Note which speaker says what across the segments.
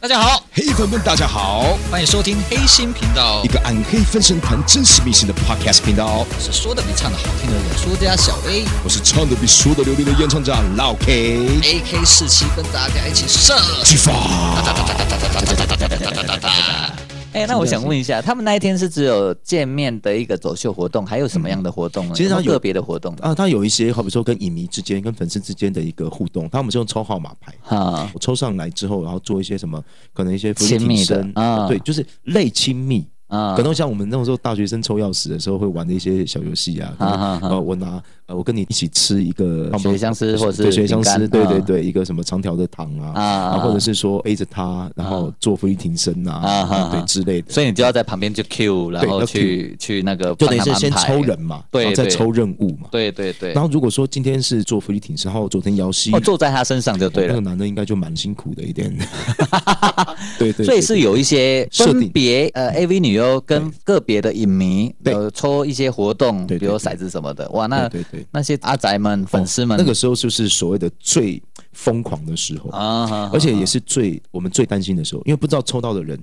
Speaker 1: 大家好，
Speaker 2: 黑粉们，大家好，
Speaker 1: 欢迎收听黑心频道
Speaker 2: 一，个暗黑分身团真实迷信的 podcast 频道，哦
Speaker 1: 我是说的比唱的好听的演说家小 A。
Speaker 2: 我是唱的比说的流利的演唱者老 K，
Speaker 1: A K 四七跟大家一起射。
Speaker 2: 举发。
Speaker 3: 哎，那我想问一下，他们那一天是只有见面的一个走秀活动，还有什么样的活
Speaker 1: 嗯
Speaker 3: 动呢？
Speaker 4: 其实它
Speaker 3: 有没有
Speaker 4: 有
Speaker 3: 个别的活动
Speaker 4: 啊，他有一些，好比说跟影迷之间、跟粉丝之间的一个互动，他们是用抽号码牌，
Speaker 3: 啊，
Speaker 4: 我抽上来之后，然后做一些什么，可能一些福利
Speaker 3: 亲密
Speaker 4: 提
Speaker 3: 的
Speaker 4: 升
Speaker 3: 啊
Speaker 4: 对，就是类亲密。
Speaker 3: 啊
Speaker 4: 可能像我们那种时候大学生抽钥匙的时候会玩的一些小游戏啊，可能
Speaker 3: 啊啊啊
Speaker 4: 呃，我拿呃，我跟你一起吃一个
Speaker 3: 雪香丝或者
Speaker 4: 对
Speaker 3: 是
Speaker 4: 雪香丝，
Speaker 3: 饼干
Speaker 4: 对
Speaker 3: 啊
Speaker 4: 对对，一个什么长条的糖
Speaker 3: 啊
Speaker 4: 啊，
Speaker 3: 啊
Speaker 4: 啊，或者是说 A 着它，然后做福利挺身啊，
Speaker 3: 啊啊啊
Speaker 4: 啊对之类的，
Speaker 3: 所以你就要在旁边就 Q，然后
Speaker 4: 要
Speaker 3: 去去那个
Speaker 4: 就
Speaker 3: 帮
Speaker 4: 等于
Speaker 3: 他
Speaker 4: 是
Speaker 3: 们
Speaker 4: 先
Speaker 3: 安排
Speaker 4: 抽人，嘛，
Speaker 3: 对
Speaker 4: 然后再
Speaker 3: 对
Speaker 4: 抽任务嘛。
Speaker 3: 对对对，
Speaker 4: 然后如果说今天是做福利挺身，然后昨天摇戏
Speaker 3: 哦，坐在他身上就对
Speaker 4: 那
Speaker 3: 了
Speaker 4: 个。男的应该就蛮辛苦的 一点。对对对，
Speaker 3: 所以是有一些
Speaker 4: 设定
Speaker 3: 分别呃，AV 女优跟个别的影迷
Speaker 4: 对
Speaker 3: 有抽一些活动，比
Speaker 4: 对对
Speaker 3: 如
Speaker 4: 对
Speaker 3: 骰子什么的。哇，那
Speaker 4: 对对对哦
Speaker 3: 那些阿宅们、粉丝们
Speaker 4: 那个时候就是所谓的最疯狂的时候，
Speaker 3: 啊
Speaker 4: 而且也是最我们最担心的时候，因为不知道抽到的人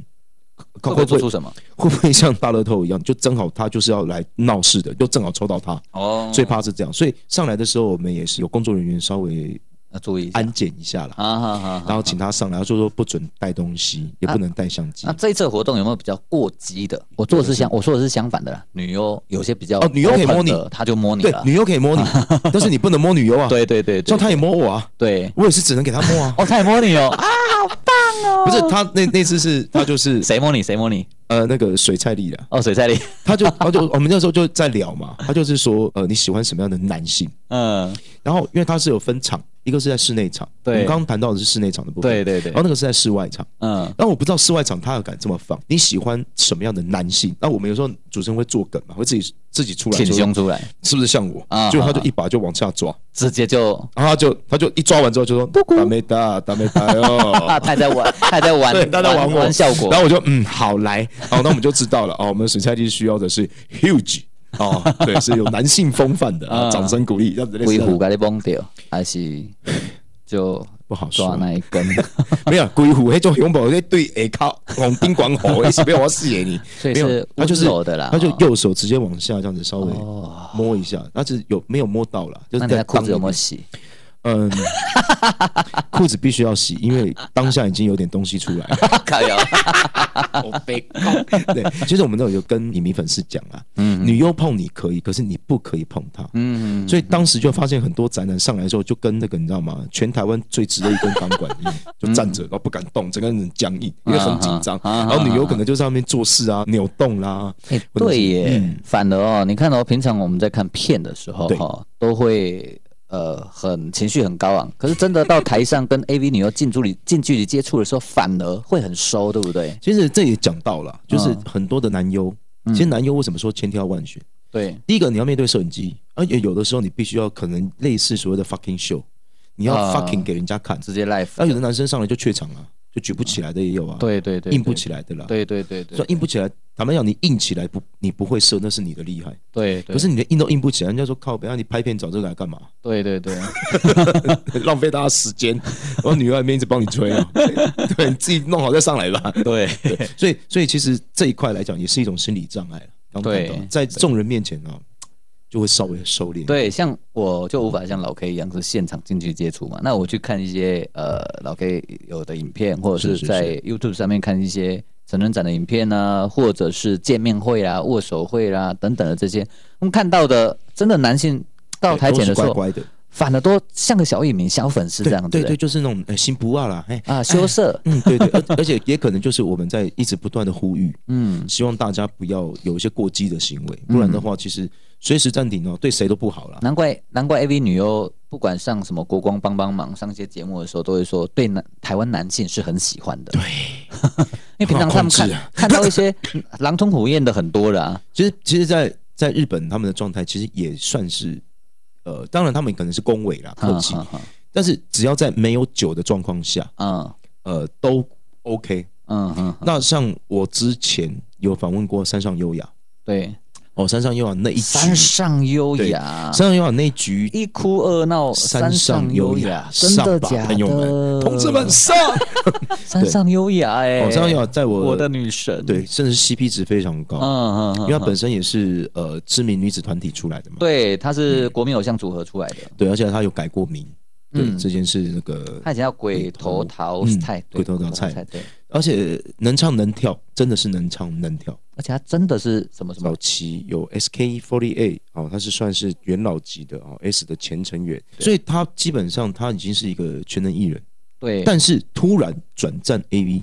Speaker 3: 会不会做出
Speaker 4: 会
Speaker 3: 什么？
Speaker 4: 会不会像大乐透一样，就正好他就是要来闹事的，就正好抽到他，
Speaker 3: 哦，
Speaker 4: 最怕是这样。所以上来的时候，我们也是有工作人员稍微
Speaker 3: 要注意一下
Speaker 4: 安检一下啦，
Speaker 3: 啊哈哈。
Speaker 4: 然后请他上来，他就说不准带东西，
Speaker 3: 啊
Speaker 4: 也不能带相机
Speaker 3: 那。这一次的活动有没有比较过激的？我做的是相，我说的是相反的啦。女优有些比较
Speaker 4: 哦女优可以
Speaker 3: open
Speaker 4: 摸你
Speaker 3: 的，她就摸你
Speaker 4: 对
Speaker 3: 了，。
Speaker 4: 女优可以 摸你，但是你不能摸女优啊。，
Speaker 3: 对对对
Speaker 4: 像
Speaker 3: 对，
Speaker 4: 他也摸我啊，
Speaker 3: 对。
Speaker 4: 我也是只能给他摸啊。
Speaker 3: 哦，她也摸你哦，
Speaker 4: 不是他那那次是他就是
Speaker 3: 谁摸你？谁摸你？
Speaker 4: 呃那个水菜丽啦，
Speaker 3: 哦，水在里，
Speaker 4: 他就他就我们那时候就在聊嘛，他就是说呃你喜欢什么样的男性，
Speaker 3: 嗯，
Speaker 4: 然后因为他是有分场，一个是在室内场，
Speaker 3: 对
Speaker 4: 我们刚刚谈到的是室内场的部分，
Speaker 3: 对对
Speaker 4: 然
Speaker 3: 对，
Speaker 4: 后那个是在室外场，
Speaker 3: 嗯，
Speaker 4: 然后我不知道室外场他要敢这么放，你喜欢什么样的男性？那我们有时候主持人会做梗嘛，会自己自己出来
Speaker 3: 挺
Speaker 4: 说
Speaker 3: 胸出来，
Speaker 4: 是不是像我
Speaker 3: 啊，
Speaker 4: 结果他
Speaker 3: 啊
Speaker 4: 就一把就往下抓，
Speaker 3: 直接就
Speaker 4: 然后他就他就一抓完之后就说大妹大大妹大 哟。
Speaker 3: 啊，他在 玩，他在
Speaker 4: 哦对，
Speaker 3: 玩，
Speaker 4: 大家玩我
Speaker 3: 玩效果
Speaker 4: 然，后我就嗯，好来，好，那我们就知道了哦，我们水菜地需要的是 huge 哦，对，是有男性风范的，
Speaker 3: 啊
Speaker 4: 啊、掌声鼓励，这样子类似
Speaker 3: 鬼
Speaker 4: 的
Speaker 3: 虎给你崩掉，还 是就
Speaker 4: 不好
Speaker 3: 抓
Speaker 4: 说，啊
Speaker 3: 那一根，
Speaker 4: 没有鬼虎，那种永宝在对下靠往宾馆吼，一起被我视野你，
Speaker 3: 所以
Speaker 4: 没
Speaker 3: 是
Speaker 4: 有，他就是
Speaker 3: 温柔的啦
Speaker 4: 他就
Speaker 3: 哦
Speaker 4: 右手直接往下这样子稍微
Speaker 3: 哦
Speaker 4: 摸一下，但是有没有摸到啦？
Speaker 3: 那
Speaker 4: 就是
Speaker 3: 你
Speaker 4: 在
Speaker 3: 的裤
Speaker 4: 当
Speaker 3: 子有没有
Speaker 4: 面
Speaker 3: 洗？
Speaker 4: 嗯，裤子必须要洗，因为当下已经有点东西出 来了。
Speaker 3: 啊靠 腰，
Speaker 4: 我被告。 对，其实我们都有跟影迷粉丝讲啊，
Speaker 3: 嗯
Speaker 4: 女优碰你可以，可是你不可以碰她。
Speaker 3: 嗯，
Speaker 4: 所以当时就发现很多宅男上来之后，就跟那个你知道吗？全台湾最直的一根钢管 一样，就站着，然后不敢动，整个人很僵硬，因为很紧张。
Speaker 3: 啊啊啊啊
Speaker 4: 然后女优可能就在上面做事啊，扭动啦。
Speaker 3: 哎，
Speaker 4: 或者是
Speaker 3: 对耶，反而哦，你看哦，平常我们在看片的时候
Speaker 4: 嗯对
Speaker 3: 哈、哦，都会呃很情绪很高昂，可是真的到台上跟 AV 女优近距离近距离接触的时候，反而会很收，对不对？
Speaker 4: 其实这也讲到了，就是
Speaker 3: 嗯
Speaker 4: 很多的男优，其实男优为什么说千挑万选？
Speaker 3: 对，
Speaker 4: 第一个你要面对摄影机，而且有的时候你必须要可能类似所谓的 fucking show，你要
Speaker 3: 啊
Speaker 4: fucking 给人家看。
Speaker 3: 直接 live，、
Speaker 4: 那有的男生上来就怯场啊，就举不起来的也有啊，
Speaker 3: 对对对，
Speaker 4: 硬不起来的啦。，
Speaker 3: 对，对对对
Speaker 4: 所
Speaker 3: 对
Speaker 4: 以硬不起来，坦白讲，你硬起来不，你不会射，那是你的厉害。
Speaker 3: 对对，
Speaker 4: 可是你连硬都硬不起来，人家说靠北，啊让你拍片找这个来干嘛？
Speaker 3: 对对对，
Speaker 4: 浪费大家时间， 然后女外面一直帮你吹啊， 对，你自己弄好再上来 吧。
Speaker 3: 对，
Speaker 4: 所以，所以其实这一块来讲，也是一种心理障碍了。刚谈到
Speaker 3: 对
Speaker 4: 在众人面前啊，就会稍微收敛。
Speaker 3: 对，像我就无法像老 K 一样是现场近距离接触嘛。那我去看一些呃老 K 有的影片，或者
Speaker 4: 是
Speaker 3: 是
Speaker 4: 是
Speaker 3: 在 YouTube 上面看一些成人展的影片啊，或者是见面会啊、握手会啦、等等的这些，我们看到的真的男性
Speaker 4: 对，
Speaker 3: 到台前的时候，
Speaker 4: 都是乖乖的，
Speaker 3: 反而都像个小影迷、小粉丝这样子、
Speaker 4: 对对，
Speaker 3: 欸
Speaker 4: 对就是那种呃心不二啦，哎，
Speaker 3: 啊，羞涩，
Speaker 4: 嗯，对对，而而且也可能就是我们在一直不断的呼吁，
Speaker 3: 嗯，
Speaker 4: 希望大家不要有一些过激的行为，不然的话，其实随时暂停哦，对谁都不好啦。
Speaker 3: 难怪难怪 AV 女优不管上什么国光帮帮忙上一些节目的时候，都会说对男台湾男性是很喜欢的。对，因为平常他们
Speaker 4: 好控
Speaker 3: 看、
Speaker 4: 制啊
Speaker 3: 看到一些嗯 狼吞虎咽的很多了啊。
Speaker 4: 其实，其实在，在日本他们的状态其实也算是，呃，当然他们可能是恭维啦、客气，
Speaker 3: 嗯嗯
Speaker 4: 但是只要在没有酒的状况下，
Speaker 3: 嗯
Speaker 4: 呃，都 OK。
Speaker 3: 嗯嗯，嗯
Speaker 4: 那像我之前有访问过山上优雅，
Speaker 3: 对，
Speaker 4: 哦，山上优雅那一局，
Speaker 3: 山上啊优
Speaker 4: 对
Speaker 3: 雅，
Speaker 4: 山上优雅那一局，
Speaker 3: 一哭二闹
Speaker 4: 山上
Speaker 3: 哦优
Speaker 4: 雅，
Speaker 3: 真的
Speaker 4: 上吧，
Speaker 3: 假
Speaker 4: 朋友们，
Speaker 3: 的？
Speaker 4: 同志们，上！
Speaker 3: 山上优雅 哎、
Speaker 4: 哦，山上优雅在我
Speaker 3: 我的女神，
Speaker 4: 对，，甚至 CP 值非常高，
Speaker 3: 嗯嗯，
Speaker 4: 因为她本身也是呃知名女子团体出来的嘛，
Speaker 3: 对，她是国民偶像组合出来的，
Speaker 4: 对，而且她有改过名，对，
Speaker 3: 嗯
Speaker 4: 这件事那个
Speaker 3: 她以前叫鬼头桃菜，对
Speaker 4: 嗯鬼头桃菜
Speaker 3: 对，
Speaker 4: 而且能唱能跳，真的是能唱能跳。
Speaker 3: 而且她真的是什么什么
Speaker 4: 早期有 SKE48 哦，他是算是元老级的哦 S 的前成员，所以他基本上他已经是一个全能艺人，
Speaker 3: 对，
Speaker 4: 但是突然转战 AV。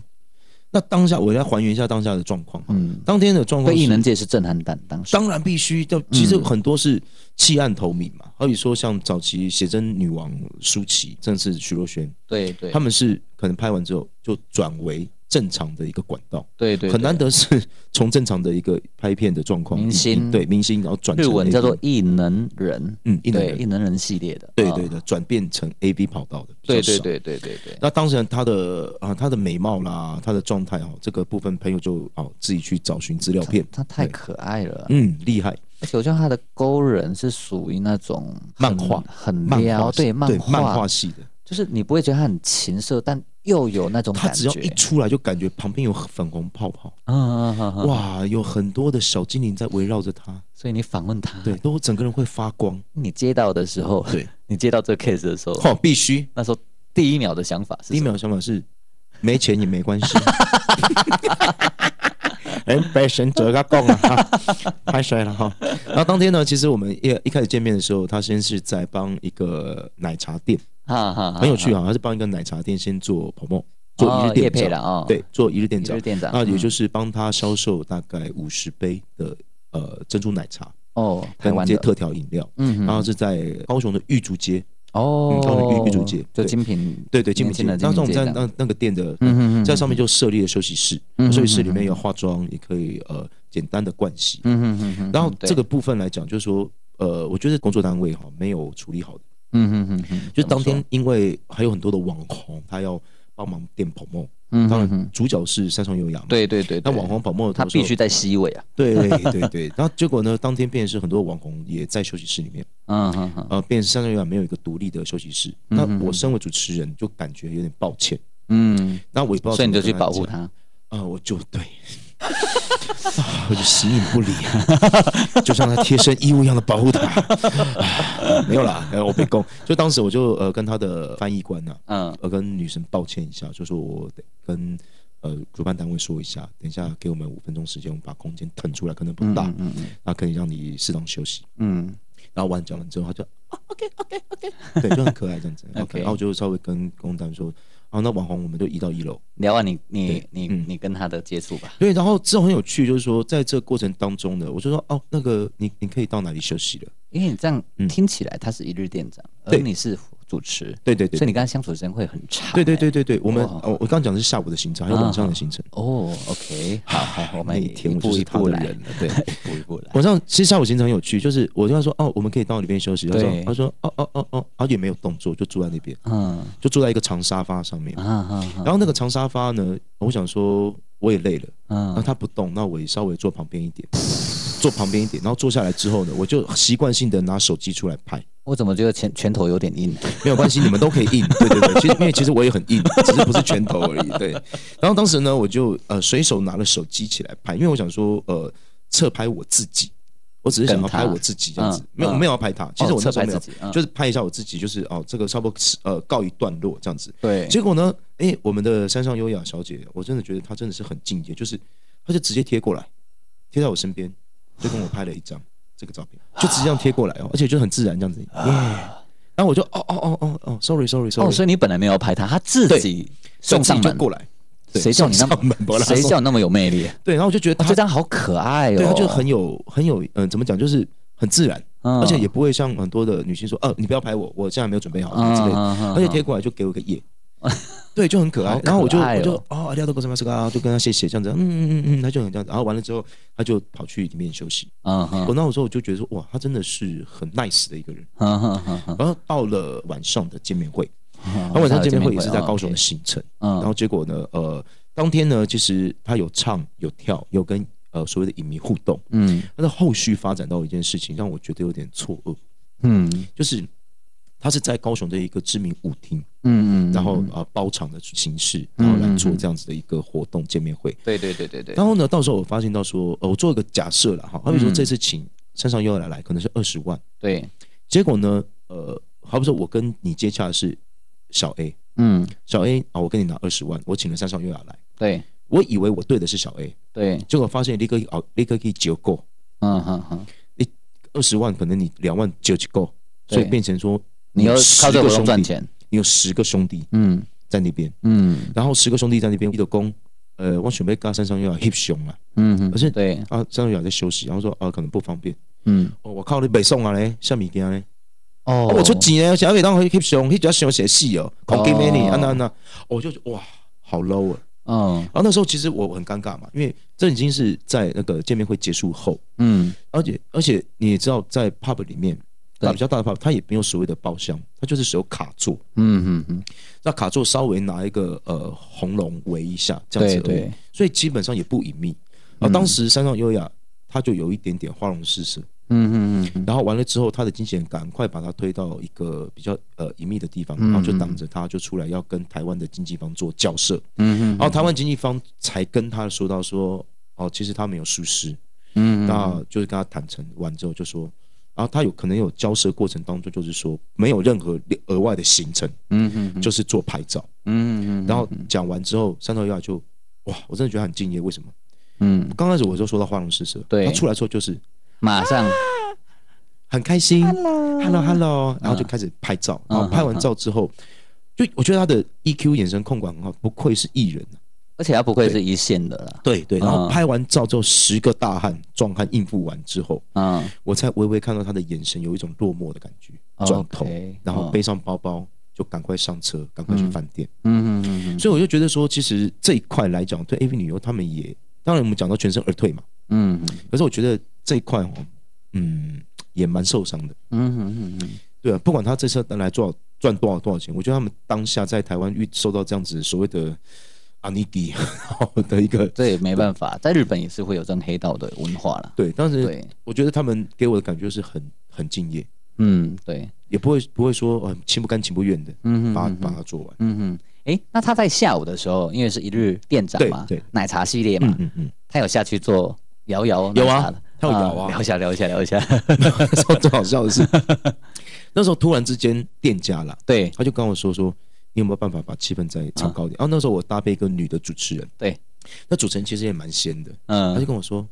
Speaker 4: 那当下我来还原一下当下的状况，嗯
Speaker 3: 嗯，
Speaker 4: 当天的状况
Speaker 3: 对
Speaker 4: 是
Speaker 3: 艺能界是震撼弹，当时
Speaker 4: 当然必须要，其实很多是弃暗投明嘛，好比说像早期写真女王舒淇，甚至徐若瑄，
Speaker 3: 对对，
Speaker 4: 他们是可能拍完之后就转为正常的一个管道，
Speaker 3: 对对
Speaker 4: 很难得是从正常的一个拍片的状况，嗯
Speaker 3: 明星
Speaker 4: 对明星，然后转
Speaker 3: 对
Speaker 4: 成
Speaker 3: 日文
Speaker 4: AV
Speaker 3: 叫做异能人，
Speaker 4: 嗯异能
Speaker 3: 对
Speaker 4: 人
Speaker 3: 异能人系列的，
Speaker 4: 对
Speaker 3: 啊
Speaker 4: 对的转变成 A B 跑道的，
Speaker 3: 对
Speaker 4: 比较
Speaker 3: 对
Speaker 4: 少。
Speaker 3: 对对对对，
Speaker 4: 那当然，她的啊，她的美貌啦，她的状态哦，这个部分朋友就哦自己去找寻资料片，
Speaker 3: 她太
Speaker 4: 对
Speaker 3: 可爱了，
Speaker 4: 嗯，厉害，
Speaker 3: 而且我觉得她的勾人是属于那种
Speaker 4: 漫
Speaker 3: 很
Speaker 4: 画
Speaker 3: 很
Speaker 4: 漫
Speaker 3: 撩，
Speaker 4: 画系
Speaker 3: 对
Speaker 4: 对
Speaker 3: 画，
Speaker 4: 漫画系的，
Speaker 3: 就是你不会觉得她很情色，但又有那种
Speaker 4: 她
Speaker 3: 感
Speaker 4: 只
Speaker 3: 觉
Speaker 4: 要，一出来就感觉旁边有粉红泡泡，
Speaker 3: 嗯嗯嗯嗯，
Speaker 4: 哇，有很多的小精灵在围绕着她，
Speaker 3: 所以你访问她，
Speaker 4: 对，都整个人会发光，
Speaker 3: 你接到的时候，
Speaker 4: 对，
Speaker 3: 你接到这个 case 的时候，
Speaker 4: 哦，必须。
Speaker 3: 那时候第一秒的想法是
Speaker 4: 第一
Speaker 3: 什么，
Speaker 4: 秒想法是没钱也没关系。 哎，白神哲他讲了哈，拍谁了哈？然后当天呢，其实我们一一开始见面的时候，他先是在帮一个奶茶店，
Speaker 3: 哈哈，哈
Speaker 4: 很有趣啊，他是帮一个奶茶店先做 promo，做
Speaker 3: 哦
Speaker 4: 一日店
Speaker 3: 业配
Speaker 4: 长
Speaker 3: 了哦
Speaker 4: 对，做一日店长
Speaker 3: 一日，店长
Speaker 4: 那也
Speaker 3: 嗯
Speaker 4: 就是帮他销售大概五十杯的呃珍珠奶茶
Speaker 3: 哦，台
Speaker 4: 跟
Speaker 3: 湾
Speaker 4: 一些
Speaker 3: 的，
Speaker 4: 特调饮料，
Speaker 3: 嗯哼
Speaker 4: 然后是在高雄的玉竹街，
Speaker 3: 哦
Speaker 4: 嗯，高雄玉玉竹街
Speaker 3: 就
Speaker 4: 对
Speaker 3: 精品，
Speaker 4: 对对，精品
Speaker 3: 年
Speaker 4: 街。
Speaker 3: 轻的
Speaker 4: 当时我们
Speaker 3: 精品街
Speaker 4: 在
Speaker 3: 这样
Speaker 4: 那那个店的，
Speaker 3: 嗯哼嗯哼
Speaker 4: 在上面就设立了休息室，
Speaker 3: 嗯哼
Speaker 4: 休息室里面有化妆，也可以呃简单的盥洗。
Speaker 3: 嗯哼哼哼，
Speaker 4: 然后
Speaker 3: 对
Speaker 4: 这个，部分来讲，就是说，呃，我觉得工作单位哈没有处理好的，
Speaker 3: 嗯哼哼哼，
Speaker 4: 就
Speaker 3: 怎么
Speaker 4: 当天
Speaker 3: 说，
Speaker 4: 因为还有很多的网红，他要帮忙店跑梦，
Speaker 3: 嗯
Speaker 4: 当
Speaker 3: 哼
Speaker 4: 然
Speaker 3: 哼，
Speaker 4: 主角是山上优雅嘛，
Speaker 3: 对对对，
Speaker 4: 那
Speaker 3: 对
Speaker 4: 网红跑梦
Speaker 3: 他必须在吸尾啊，
Speaker 4: 对对对， 然后结果呢，当天变成是很多网红也在休息室里面，
Speaker 3: 嗯哼哼，
Speaker 4: 呃，变成山上优雅没有一个独立的休息室，那我身为主持人就感觉有点抱歉，
Speaker 3: 嗯，
Speaker 4: 那我也不知道
Speaker 3: 所以
Speaker 4: 怎
Speaker 3: 你就
Speaker 4: 么跟讲，
Speaker 3: 去保护他，
Speaker 4: 啊，我就对， 啊，我就形影不离啊，就像他贴身衣物一样的保护他、啊没有啦，呃我被攻，所以当时我就呃跟他的翻译官呐、
Speaker 3: 嗯
Speaker 4: 呃跟女神抱歉一下，就说我得跟呃主办单位说一下，等一下给我们五分钟时间，我们把空间腾出来，可能不大，
Speaker 3: 嗯嗯
Speaker 4: 那可以让你适当休息。
Speaker 3: 嗯，
Speaker 4: 然后完讲完之后，他就、OK OK OK，对，就很可爱这 样子。OK，
Speaker 3: OK
Speaker 4: 然后我就稍微跟工单说，啊，那网红我们就移到一楼。
Speaker 3: 聊完你你你
Speaker 4: 嗯
Speaker 3: 你跟他的接触吧，
Speaker 4: 对，然后之后很有趣，就是说在这过程当中呢，我就说哦，那个你你可以到哪里休息了？
Speaker 3: 因为你这样
Speaker 4: 嗯
Speaker 3: 听起来他是一日店长，而
Speaker 4: 对
Speaker 3: 你是主持，
Speaker 4: 对对
Speaker 3: 所以
Speaker 4: 对，
Speaker 3: 你跟他相处的时间会很长、
Speaker 4: 对对
Speaker 3: 欸
Speaker 4: 对对对，我们
Speaker 3: 哇
Speaker 4: 哦，我刚刚讲的是下午的行程，还有晚上的行程。
Speaker 3: 哦、o k 好好，我
Speaker 4: 那
Speaker 3: 们
Speaker 4: 一
Speaker 3: 嗯
Speaker 4: 天
Speaker 3: 一
Speaker 4: 我就
Speaker 3: 步
Speaker 4: 是
Speaker 3: 一
Speaker 4: 他
Speaker 3: 步
Speaker 4: 的
Speaker 3: 来，
Speaker 4: 人了， 对。
Speaker 3: 一步一步来。
Speaker 4: 晚上其实下午行程很有趣，就是我跟他说哦，我们可以到里面休息。他说
Speaker 3: 对
Speaker 4: 他说哦哦哦哦，他也没有动作，就坐在那边，
Speaker 3: 嗯
Speaker 4: 就坐在一个长沙发上面。
Speaker 3: 啊啊
Speaker 4: 然后那个长沙发呢，我想说我也累了，然后
Speaker 3: 啊！
Speaker 4: 他不动，那我也稍微坐旁边一点，坐旁边一点。然后坐下来之后呢，我就习惯性的拿手机出来拍。
Speaker 3: 我怎么觉得拳拳头有点硬？
Speaker 4: 没有关系，你们都可以 硬。对对对，其实因为其实我也很硬，只是不是拳头而已。对。然后当时呢，我就呃随手拿了手机起来拍，因为我想说呃侧拍我自己，我只是想要
Speaker 3: 跟他
Speaker 4: 拍我自己这样子
Speaker 3: 嗯，
Speaker 4: 没有
Speaker 3: 嗯
Speaker 4: 没有要拍他。其实我那时候没有
Speaker 3: 侧拍自己嗯，
Speaker 4: 就是拍一下我自己，就是哦这个差不多呃告一段落这样子。
Speaker 3: 对
Speaker 4: 结果呢，哎，我们的山上优雅小姐，我真的觉得她真的是很敬业，就是她就直接贴过来，贴在我身边，就跟我拍了一张这个照片，就直接这样贴过来哦，而且就很自然这样子。耶然后我就哦哦哦哦哦，sorry sorry
Speaker 3: 啊哦，
Speaker 4: sorry，
Speaker 3: 所以你本来没有拍他，他自己送上
Speaker 4: 就
Speaker 3: 门，
Speaker 4: 过来，对
Speaker 3: 谁叫你那
Speaker 4: 送上门不
Speaker 3: 么
Speaker 4: 啦
Speaker 3: 谁叫你那么有魅力？
Speaker 4: 对，然后我就觉得
Speaker 3: 哇
Speaker 4: 她
Speaker 3: 这张好可爱哦，
Speaker 4: 对她就很有很有嗯、呃怎么讲，就是很自然，
Speaker 3: 嗯
Speaker 4: 而且也不会像很多的女性说，呃，你不要拍我，我现在没有准备好
Speaker 3: 嗯
Speaker 4: 之类的，
Speaker 3: 嗯嗯
Speaker 4: 而且贴过来就给我个耶。对，就很可爱
Speaker 3: 好。可
Speaker 4: 然后我就
Speaker 3: 爱哦
Speaker 4: 我就哦，阿廖都跟什么什么，就跟他谢谢这样子，嗯嗯嗯嗯，他就很这样子。然后完了之后，他就跑去里面休息。
Speaker 3: 嗯
Speaker 4: 我
Speaker 3: 哼
Speaker 4: 那时候我就觉得说，哇，他真的是很 nice 的一个人。
Speaker 3: 嗯哼嗯哼，
Speaker 4: 然后到了晚上的见面会，
Speaker 3: 然
Speaker 4: 嗯然后晚上见面会也是在高雄的，行程。
Speaker 3: 哦嗯
Speaker 4: 然后结果呢，呃，当天呢，其实他有唱有跳，有跟呃所谓的影迷互动。
Speaker 3: 嗯
Speaker 4: 但是后续发展到一件事情，让我觉得有点错愕，
Speaker 3: 嗯
Speaker 4: 就是他是在高雄的一个知名舞厅，
Speaker 3: 嗯嗯，
Speaker 4: 然后
Speaker 3: 嗯
Speaker 4: 呃包场的形式，然
Speaker 3: 嗯
Speaker 4: 后来
Speaker 3: 嗯
Speaker 4: 做
Speaker 3: 嗯
Speaker 4: 这样子的一个活动见面会。
Speaker 3: 对对对对对，
Speaker 4: 然后呢，到时候我发现到说，呃，我做一个假设了哈，好比说
Speaker 3: 嗯
Speaker 4: 这次请山上优来来，可能是二十万，
Speaker 3: 对，
Speaker 4: 结果呢，呃，好比说我跟你接洽的是小 A，
Speaker 3: 嗯
Speaker 4: 小 A 啊，我跟你拿二十万，我请了山上优雅来，
Speaker 3: 对
Speaker 4: 我以为我对的是小 A，
Speaker 3: 对，
Speaker 4: 结果发现立刻哦，立刻可以折够
Speaker 3: 嗯哼哼，
Speaker 4: 二十万，可能你两万折就够，
Speaker 3: 对
Speaker 4: 所以变成说
Speaker 3: 你要
Speaker 4: 有10
Speaker 3: 靠这个
Speaker 4: 个
Speaker 3: 活动
Speaker 4: 兄
Speaker 3: 赚
Speaker 4: 弟，
Speaker 3: 钱，
Speaker 4: 你有十个兄弟
Speaker 3: 嗯
Speaker 4: 在那边，
Speaker 3: 嗯
Speaker 4: 然后十个兄弟在那边，一头公，呃，我准备跟山上优雅啊 hip 熊了，
Speaker 3: 嗯哼，
Speaker 4: 而且
Speaker 3: 对，
Speaker 4: 啊，山上优雅在休息，然后说啊，可能不方便，
Speaker 3: 嗯
Speaker 4: 哦，我靠，你北送啊嘞，下米羹嘞。
Speaker 3: 哦
Speaker 4: 啊我出钱呢，想要给当翕翕相，翕只想写戏哦，讲 g a m
Speaker 3: 哦
Speaker 4: 啊那那，我就觉得哇，好 low 啊！
Speaker 3: 嗯
Speaker 4: 然后那时候其实我很尴尬嘛，因为这已经是在那个见面会结束后，
Speaker 3: 嗯
Speaker 4: 而且而且你也知道，在 pub 里面，
Speaker 3: 对
Speaker 4: 大比较大的 pub，它也没有所谓的包厢，它就是使用卡座，
Speaker 3: 嗯嗯嗯，
Speaker 4: 那卡座稍微拿一个呃红龙围一下这样子
Speaker 3: 对
Speaker 4: 而已，
Speaker 3: 对，
Speaker 4: 所以基本上也不隐秘。然后当时山上优雅，他就有一点点花容失色，
Speaker 3: 嗯嗯嗯
Speaker 4: 然后完了之后，他的经纪人赶快把他推到一个比较呃隐秘的地方，
Speaker 3: 嗯
Speaker 4: 然后就挡着他，就出来要跟台湾的经纪方做交涉，
Speaker 3: 嗯嗯，
Speaker 4: 然后台湾经纪方才跟他说到说，哦，其实他没有疏失，
Speaker 3: 嗯
Speaker 4: 那就是跟他坦诚完之后就说，然后他有可能有交涉过程当中就是说没有任何额外的行程，
Speaker 3: 嗯嗯
Speaker 4: 就是做拍照，
Speaker 3: 嗯嗯，
Speaker 4: 然后讲完之后，山头亚就哇，我真的觉得很敬业，为什么？
Speaker 3: 嗯
Speaker 4: 刚开始我就说到花容失色，
Speaker 3: 对
Speaker 4: 他出来之后就是
Speaker 3: 马上
Speaker 4: 很开心，hello hello，然后就开始拍照，然后
Speaker 3: 嗯
Speaker 4: 拍完照之后，就我觉得他的 E EQ 眼神控管很好，不愧是艺人啊，
Speaker 3: 而且他不愧是一线的啦，
Speaker 4: 对对，然后
Speaker 3: 嗯
Speaker 4: 拍完照之后，十个大汉壮汉应付完之后，
Speaker 3: 嗯，
Speaker 4: 我才微微看到他的眼神有一种落寞的感觉，转头，然后背上包包。就赶快上车，赶快去饭店。
Speaker 3: 嗯嗯嗯嗯
Speaker 4: 所以我就觉得说，其实这一块来讲，对 AV 女优他们也，当然我们讲到全身而退嘛。
Speaker 3: 嗯
Speaker 4: 可是我觉得这一块哦，嗯，也蛮受伤的。
Speaker 3: 嗯嗯嗯
Speaker 4: 对啊，不管他这次来多少赚多少多少钱，我觉得他们当下在台湾遇受到这样子所谓的阿尼迪 的一个
Speaker 3: 这也没办法，在日本也是会有这种黑道的文化啦。
Speaker 4: 对，当时
Speaker 3: 对，
Speaker 4: 我觉得他们给我的感觉是很很敬业，
Speaker 3: 嗯，对，
Speaker 4: 也不会不会说呃情不甘情不愿的
Speaker 3: 嗯
Speaker 4: 把它
Speaker 3: 嗯
Speaker 4: 把它做完。
Speaker 3: 嗯嗯，哎，那他在下午的时候，因为是一日店长嘛，
Speaker 4: 对对
Speaker 3: 奶茶系列嘛
Speaker 4: 嗯，嗯 嗯，
Speaker 3: 他有下去做摇摇
Speaker 4: 有
Speaker 3: 奶茶
Speaker 4: 啊
Speaker 3: 的，
Speaker 4: 他有摇啊。
Speaker 3: 聊一下聊一下聊一下，
Speaker 4: 那时候最好笑的 是，那时候突然之间店家啦，
Speaker 3: 对
Speaker 4: 他就跟我说说，你有没有办法把气氛再炒高一点？然啊后那时候我搭配一个女的主持人，
Speaker 3: 嗯对，
Speaker 4: 那主持人其实也蛮仙的，
Speaker 3: 嗯
Speaker 4: 他就跟我说，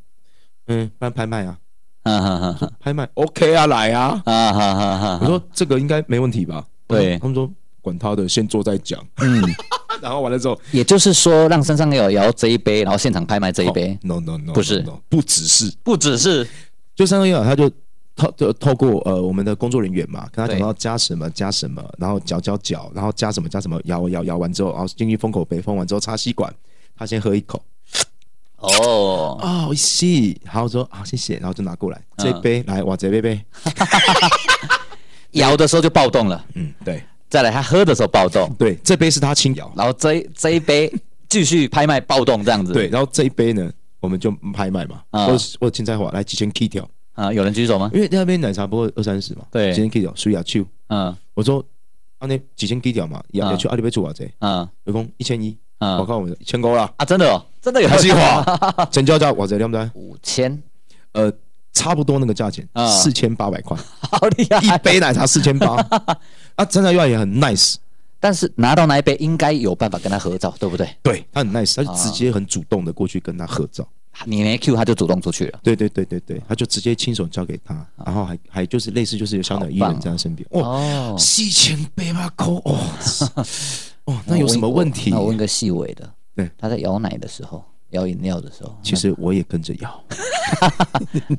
Speaker 4: 嗯，不然拍卖啊，
Speaker 3: 嗯哈哈哈
Speaker 4: 拍卖 OK 啊，来啊。
Speaker 3: 啊哈哈哈，
Speaker 4: 我说这个应该没问题吧？
Speaker 3: 对
Speaker 4: 他们说管他的，先做再讲。
Speaker 3: 嗯，
Speaker 4: 然后完了之后，
Speaker 3: 也就是说让身上有摇这一杯，然后现场拍卖这一杯，
Speaker 4: ，no no no，
Speaker 3: 不是
Speaker 4: no, no，不只是，
Speaker 3: 不只是
Speaker 4: 就三个月，他就透就透过呃我们的工作人员嘛，跟他讲
Speaker 3: 对
Speaker 4: 到加什么加什么，然后搅搅搅，然后加什么加什么，摇摇摇完之后，然后进去封口杯，封完之后插吸管，他先喝一口，
Speaker 3: 哦，
Speaker 4: 哦，吸，然后说啊谢谢，然后就拿过来这一杯，来哇这杯杯，
Speaker 3: 摇的时候就暴动了，
Speaker 4: 嗯，对
Speaker 3: 再来他喝的时候暴动，
Speaker 4: 对，这杯是他轻摇，
Speaker 3: 然后这一这一杯继续拍卖暴动这样子，
Speaker 4: 对，然后这一杯呢。我们就拍卖嘛，
Speaker 3: 啊
Speaker 4: 或者是或者青菜花来几千 K 条，
Speaker 3: 啊，有人举手吗？
Speaker 4: 因为那边奶茶不过二三十嘛，
Speaker 3: 对
Speaker 4: 几千 K 条，水亚秋，
Speaker 3: 嗯
Speaker 4: 我说啊那几千 K 条嘛，亚
Speaker 3: 啊
Speaker 4: 亚秋阿里贝做瓦贼，
Speaker 3: 嗯
Speaker 4: 我讲一千一，
Speaker 3: 嗯
Speaker 4: 我，看我们一千高啦，
Speaker 3: 啊，真的哦，真的有
Speaker 4: 还是话，成交价我这两百，
Speaker 3: 五千，
Speaker 4: 呃，差不多那个价钱
Speaker 3: 啊，
Speaker 4: 四千八百块，
Speaker 3: 好厉害！
Speaker 4: 一杯奶茶四 千八，啊，陈小月也很 nice，
Speaker 3: 但是拿到那一杯应该有办法跟他合照，对不对？啊
Speaker 4: 对他很 nice，他就直接很主动的过去跟他合照，
Speaker 3: 你没 Q 他就主动出去了，
Speaker 4: 对对对对对，他就直接亲手交给
Speaker 3: 啊
Speaker 4: 他，然后还还就是类似就是有小鸟依人在他身边，
Speaker 3: 哦
Speaker 4: 哦，四千八百 块，哦，哦，那有什么问题
Speaker 3: 那？我问个细微的，
Speaker 4: 对
Speaker 3: 他在摇奶的时候，摇饮料的时 候，
Speaker 4: 其实我也跟着摇，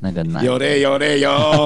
Speaker 3: 那个奶
Speaker 4: 有嘞有 嘞有。
Speaker 3: 有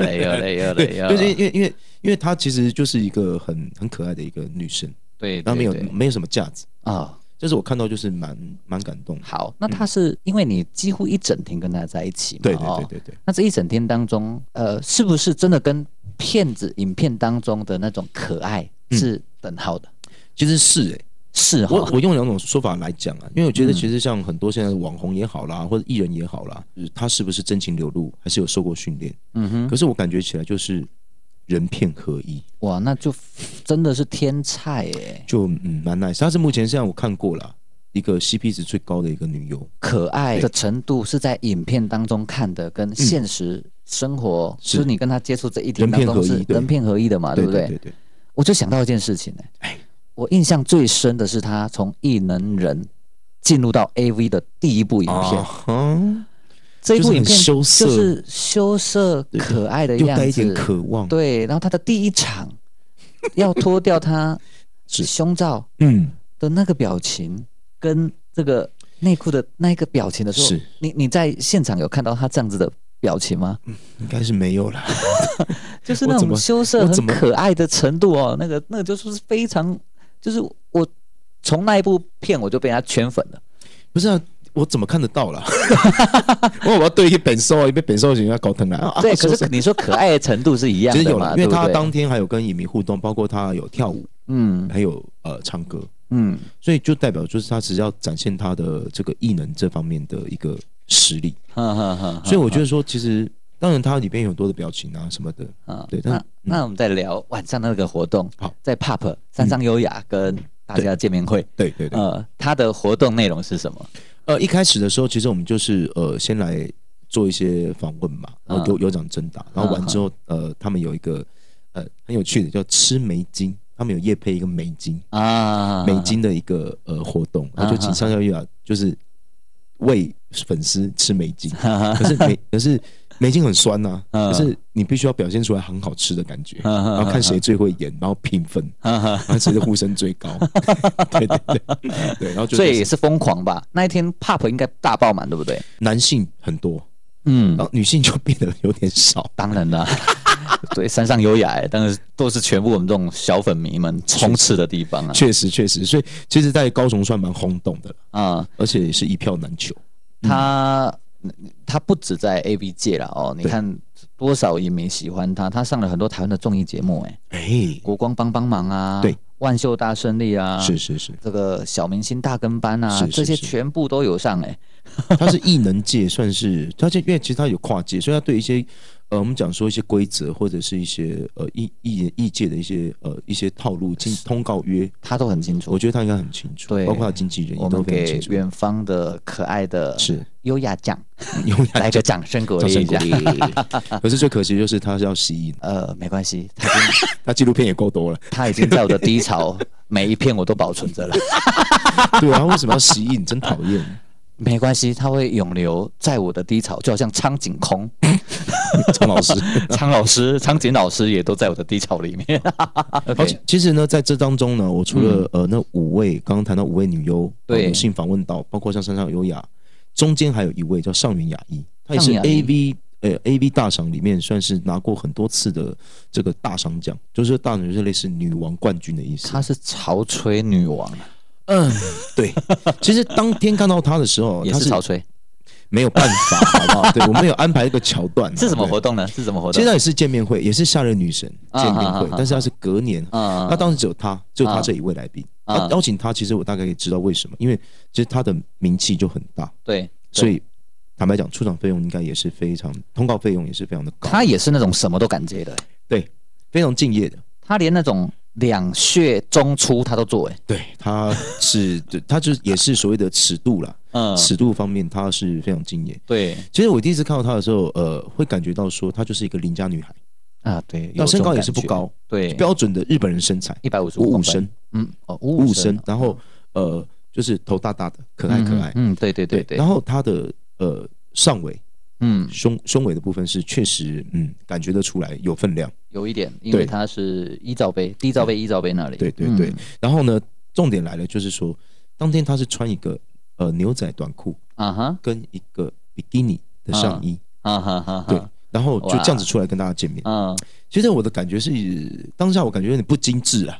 Speaker 3: 嘞有嘞有嘞有嘞，
Speaker 4: 就是因为因为因为她其实就是一个很很可爱的一个女生，
Speaker 3: 对，
Speaker 4: 然后没有
Speaker 3: 对对
Speaker 4: 没有什么架子，
Speaker 3: 啊。
Speaker 4: 这是我看到就是蛮蛮感动的。
Speaker 3: 好，那他是因为你几乎一整天跟他在一起嘛，
Speaker 4: 对对
Speaker 3: 哦
Speaker 4: 对对对，
Speaker 3: 那这一整天当中，呃，是不是真的跟骗子影片当中的那种可爱是等号的？
Speaker 4: 其实是哎、
Speaker 3: 是
Speaker 4: 我
Speaker 3: 哈，
Speaker 4: 我用两种说法来讲啊，因为我觉得其实像很多现在的网红也好啦，
Speaker 3: 嗯
Speaker 4: 或者艺人也好啦，就是他是不是真情流露，还是有受过训练？
Speaker 3: 嗯哼，
Speaker 4: 可是我感觉起来就是人片合一，
Speaker 3: 哇，那就真的是天菜耶，
Speaker 4: 就嗯蛮 nice。她是目前现在我看过啦，一个 CP 值最高的一个女优，
Speaker 3: 可爱的程度是在影片当中看的，跟现实生活，
Speaker 4: 嗯是
Speaker 3: 就是你跟他接触这一天当中
Speaker 4: 人片合一
Speaker 3: 是
Speaker 4: 对
Speaker 3: 人片合一的嘛，啊对不
Speaker 4: 对
Speaker 3: 对？
Speaker 4: 对对，
Speaker 3: 我就想到一件事情呢、
Speaker 4: 哎
Speaker 3: 我印象最深的是他从异能人进入到 AV 的第一部影片，
Speaker 4: 啊哈，
Speaker 3: 这一部影片
Speaker 4: 哦就是很羞涩
Speaker 3: 就是羞涩
Speaker 4: 对
Speaker 3: 可爱的
Speaker 4: 又
Speaker 3: 样
Speaker 4: 带一点
Speaker 3: 子，
Speaker 4: 渴望，
Speaker 3: 对，然后他的第一 场要脱掉他
Speaker 4: 是
Speaker 3: 胸罩
Speaker 4: 嗯，
Speaker 3: 的那个表情，跟这个内裤的那一个表情的时候
Speaker 4: 是，
Speaker 3: 你你在现场有看到他这样子的表情吗？
Speaker 4: 应该是没有啦。
Speaker 3: 就是
Speaker 4: 我
Speaker 3: 那
Speaker 4: 怎
Speaker 3: 种
Speaker 4: 么
Speaker 3: 羞涩、
Speaker 4: 我
Speaker 3: 很
Speaker 4: 怎么
Speaker 3: 可爱的程度哦，那个那个就是非常，就是我从那一部片我就被他圈粉了。
Speaker 4: 不是啊，我怎么看得到啦？ 我我要对一本兽，一被本兽型要搞疼了。
Speaker 3: 对，
Speaker 4: 啊
Speaker 3: 可是你说可爱的程度是一样
Speaker 4: 其实
Speaker 3: 的
Speaker 4: 有
Speaker 3: 嘛，
Speaker 4: 了，因为
Speaker 3: 对不
Speaker 4: 他
Speaker 3: 对
Speaker 4: 当天还有跟影迷互动，包括他有跳舞，
Speaker 3: 嗯
Speaker 4: 还有呃唱歌，
Speaker 3: 嗯
Speaker 4: 所以就代表就是他只要展现他的这个艺能这方面的一个实力。
Speaker 3: 哈哈哈，
Speaker 4: 所以我觉得说，其实当然它里边有很多的表情啊什么的，
Speaker 3: 啊，
Speaker 4: 对但
Speaker 3: 那那我们再聊晚上那个活动，
Speaker 4: 好，嗯
Speaker 3: 在 Pub 山上优雅跟大家见面会，
Speaker 4: 对对对。
Speaker 3: 呃，它的活动内容是什么？
Speaker 4: 呃，一开始的时候，其实我们就是呃先来做一些访问嘛，然
Speaker 3: 嗯
Speaker 4: 后有有奖征答，然后完之后，呃，他们有一个呃很有趣的叫吃梅精，他们有夜配一个梅精，
Speaker 3: 啊，
Speaker 4: 美金的一个呃活动，然后就
Speaker 3: 嗯
Speaker 4: 请上校月啊，就是喂粉丝吃美金，可是美可是美金很酸呐、
Speaker 3: 嗯
Speaker 4: 可是你必须要表现出来很好吃的感觉，
Speaker 3: 嗯嗯
Speaker 4: 然后看谁最会演，然后评分，然后谁的呼声最 高，对对对对，然后就
Speaker 3: 所以也
Speaker 4: 是
Speaker 3: 是疯狂吧？那一天 Pub 应该大爆满，对不对？
Speaker 4: 男性很多，
Speaker 3: 嗯
Speaker 4: 然，后女性就变得有点少，
Speaker 3: 当然啦， 对，山上优雅，但是都是全部我们这种小粉迷们充斥的地方啊。
Speaker 4: 确实确实，所以其实，在高雄算蛮轰动的了，
Speaker 3: 啊、
Speaker 4: 而且也是一票难求，
Speaker 3: 他他不止在 A B 界了哦，你
Speaker 4: 对
Speaker 3: 看多少影迷喜欢他，他上了很多台湾的综艺节目，哎，
Speaker 4: 哎，
Speaker 3: 国光帮帮忙啊，
Speaker 4: 对，
Speaker 3: 万秀大胜利啊，
Speaker 4: 是 是是，
Speaker 3: 这个小明星大跟班啊，
Speaker 4: 是是
Speaker 3: 这些
Speaker 4: 是
Speaker 3: 全部都有上哎、
Speaker 4: 他是异能界，算是他这因为其实他有跨界，所以他对一些呃，我们讲说一些规则或者是一些呃异异异界的一些呃一些套路进通告约，
Speaker 3: 他都很清楚
Speaker 4: 我。觉得他应该很清楚，
Speaker 3: 对
Speaker 4: 包括他经纪人
Speaker 3: 我
Speaker 4: 也都
Speaker 3: 们
Speaker 4: 非常
Speaker 3: 给
Speaker 4: 清楚。
Speaker 3: 远方的可爱的
Speaker 4: 是
Speaker 3: 优雅 奖，
Speaker 4: 有
Speaker 3: 来个掌声鼓
Speaker 4: 掌
Speaker 3: 励
Speaker 4: 声
Speaker 3: 一
Speaker 4: 鼓
Speaker 3: 下。
Speaker 4: 励，可是最可惜就是他是要吸引，
Speaker 3: 呃，没关系，他已经
Speaker 4: 他纪录片也够多了，
Speaker 3: 他已经在我的低潮 每一片我都保存着了，
Speaker 4: 对啊，为什么要吸引？真讨厌，
Speaker 3: 没关系，它会永留在我的低潮，就好像苍井 空、
Speaker 4: 张老师。
Speaker 3: 苍老师、苍井老师也都在我的低潮里 面。
Speaker 4: 好，其其实呢，在这当中呢，我除了、呃那五位刚刚谈到五位女优，
Speaker 3: 嗯对
Speaker 4: 呃有幸访问到，包括像山上优雅，中间还有一位叫上原雅一，她也
Speaker 3: 上
Speaker 4: 是
Speaker 3: 原雅一
Speaker 4: A V 呃 A V 大赏里面算是拿过很多次的这个大赏奖，就是大赏就是类似女王冠军的意思
Speaker 3: 她。是潮吹女王，啊
Speaker 4: 嗯，对。其实当天看到她的时候，
Speaker 3: 也
Speaker 4: 她
Speaker 3: 是
Speaker 4: 是嗯
Speaker 3: 潮吹，
Speaker 4: 没有办法，好不好？对我们有安排一个桥段，
Speaker 3: 是什么
Speaker 4: 对
Speaker 3: 活？动呢？是什么活
Speaker 4: 其
Speaker 3: 动
Speaker 4: 实？她也是见面会，也是夏日女神
Speaker 3: 啊
Speaker 4: 见面
Speaker 3: 啊
Speaker 4: 会
Speaker 3: 啊啊，
Speaker 4: 但是她是隔年
Speaker 3: 嗯
Speaker 4: 那当时只有他，只有
Speaker 3: 啊
Speaker 4: 他这一位来宾。
Speaker 3: 啊
Speaker 4: 啊，邀请他，其实我大概也知道为什么，因为其实他的名气就很大，
Speaker 3: 对，
Speaker 4: 所以坦白讲，出场费用应该也是非常，通告费用也是非常的高，
Speaker 3: 她也是那种什么都敢接的，
Speaker 4: 对，非常敬业的。
Speaker 3: 她连那种两穴中出她都做，哎，
Speaker 4: 对，他是， 对，他就是也是所谓的尺度啦，
Speaker 3: 嗯，
Speaker 4: 尺度方面他是非常敬业。
Speaker 3: 对
Speaker 4: 其实我第一次看到他的时候，呃，会感觉到说她就是一个邻家女孩，
Speaker 3: 啊，对，
Speaker 4: 那
Speaker 3: 有这
Speaker 4: 身
Speaker 3: 种
Speaker 4: 高也是
Speaker 3: 感
Speaker 4: 不
Speaker 3: 觉，
Speaker 4: 高，
Speaker 3: 对，
Speaker 4: 标准的日本人身材，
Speaker 3: 一百五十
Speaker 4: 五五身，，
Speaker 3: 嗯，哦，五
Speaker 4: 五五
Speaker 3: 五
Speaker 4: 身
Speaker 3: 身，，
Speaker 4: 然后呃，就是头大大的，可爱
Speaker 3: 嗯
Speaker 4: 可爱，
Speaker 3: 嗯，嗯对对对对
Speaker 4: 然，后他的呃上围
Speaker 3: 嗯，
Speaker 4: 胸胸围的部分是确实，嗯，感觉得出来有分量。
Speaker 3: 有一点，因
Speaker 4: 对
Speaker 3: 为它是一罩杯、低罩杯、一罩杯那里。
Speaker 4: 对对对。
Speaker 3: 嗯
Speaker 4: 然后呢，重点来了，就是说当天他是穿一个呃牛仔短裤
Speaker 3: 啊哈
Speaker 4: 跟一个比基尼的上衣，
Speaker 3: 啊哈哈哈。
Speaker 4: 对，然后就这样子出来跟大家见面。
Speaker 3: 嗯
Speaker 4: 其实我的感觉是，当下我感觉有点不精致啊，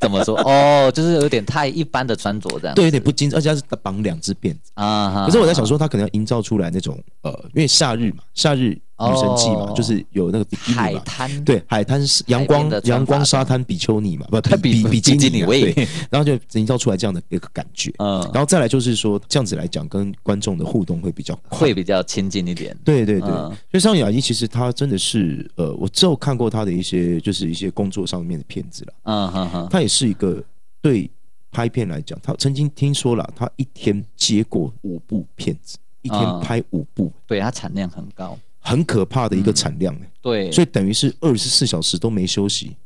Speaker 3: 怎么说？哦，就是有点太一般的穿着这样。
Speaker 4: 对，有点不精致，而且它是绑两只辫子。
Speaker 3: 啊哈，
Speaker 4: 可是我在想说，它可能要营造出来那种呃，因为夏日嘛，夏日女神季嘛，
Speaker 3: 哦
Speaker 4: 就是有那个比基
Speaker 3: 海
Speaker 4: 尼嘛，
Speaker 3: 滩，
Speaker 4: 对，海滩是阳光
Speaker 3: 海边的穿法
Speaker 4: 阳光沙滩比丘尼嘛，不比比
Speaker 3: 比
Speaker 4: 基
Speaker 3: 基
Speaker 4: 尼
Speaker 3: 尼
Speaker 4: 啊
Speaker 3: 喂
Speaker 4: 对，然后就营造出来这样的一个感觉。
Speaker 3: 嗯，
Speaker 4: 然后再来就是说，这样子来讲，跟观众的互动会比较快。
Speaker 3: 会比较亲近一点。
Speaker 4: 对对对，
Speaker 3: 嗯
Speaker 4: 所以上野雅一其实她真的是，呃，我之后看过她的一些就是一些工作上面的片子了，
Speaker 3: 嗯哼哼，
Speaker 4: 她也是一个对拍片来讲，她曾经听说了，她一天接过五部片子，一天
Speaker 3: 嗯
Speaker 4: 拍五部，
Speaker 3: 对，它产量很高。
Speaker 4: 很可怕的一个产量、欸
Speaker 3: 对，
Speaker 4: 所以等于是二十四小时都没休息，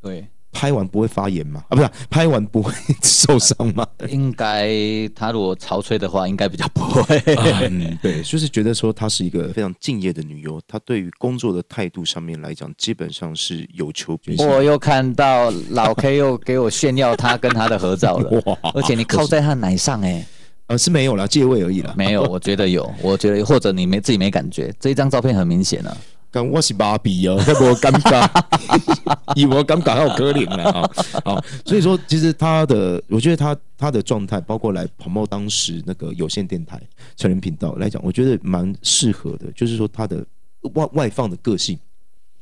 Speaker 3: 对，
Speaker 4: 拍完不会发炎嘛？啊，不是啊、拍完不会 受伤吗？
Speaker 3: 应该它如果潮吹的话，应该比较不会。
Speaker 4: 嗯，对， 就是觉得说她是一个非常敬业的女优，她对于工作的态度上面来讲，基本上是有求必应。
Speaker 3: 我又看到老 K 又给我炫耀他跟他的合照了，而且你靠在他奶上哎、
Speaker 4: 呃，是没有啦，借位而已啦。
Speaker 3: 没有，我觉得有，我觉得或者你没自己没感觉，这一张照片很明显啊，
Speaker 4: 干我是芭比哦，那我尴尬， 以我尴尬还有可怜了啊！好，所以说其实他的，我觉得他他的状态，包括来 promo 当时那个有线电台成人频道来讲，我觉得蛮适合的，就是说他的外外放的个性。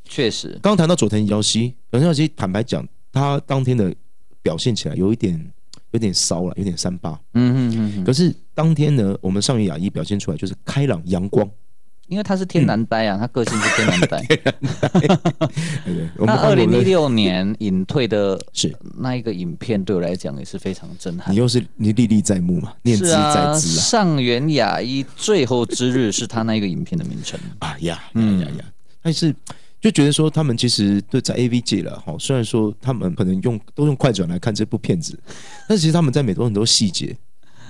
Speaker 3: 确实，
Speaker 4: 刚谈到佐藤遥希，佐藤遥希坦白讲，他当天的表现起来有一点有点骚了，有点三八。
Speaker 3: 嗯嗯嗯嗯，
Speaker 4: 可是当天呢，我们上野雅一表现出来就是开朗阳光，
Speaker 3: 因为他是天然呆啊，他个性是天然呆。
Speaker 4: 对不 对？我
Speaker 3: 那
Speaker 4: 们
Speaker 3: 啊二零一
Speaker 4: 我们
Speaker 3: 六年隐退的
Speaker 4: 是
Speaker 3: 那一个影片，对我来讲也是非常震撼
Speaker 4: 你。又是你历历在目嘛，念
Speaker 3: 是
Speaker 4: 之在
Speaker 3: 啊，
Speaker 4: 兹啊！
Speaker 3: 上元雅一最后之日是他那一个影片的名称。
Speaker 4: 啊呀呀呀呀！但是就觉得说，他们其实对在 A V 界了哈，虽然说他们可能用都用快转来看这部片子，但是其实他们在美国很多细节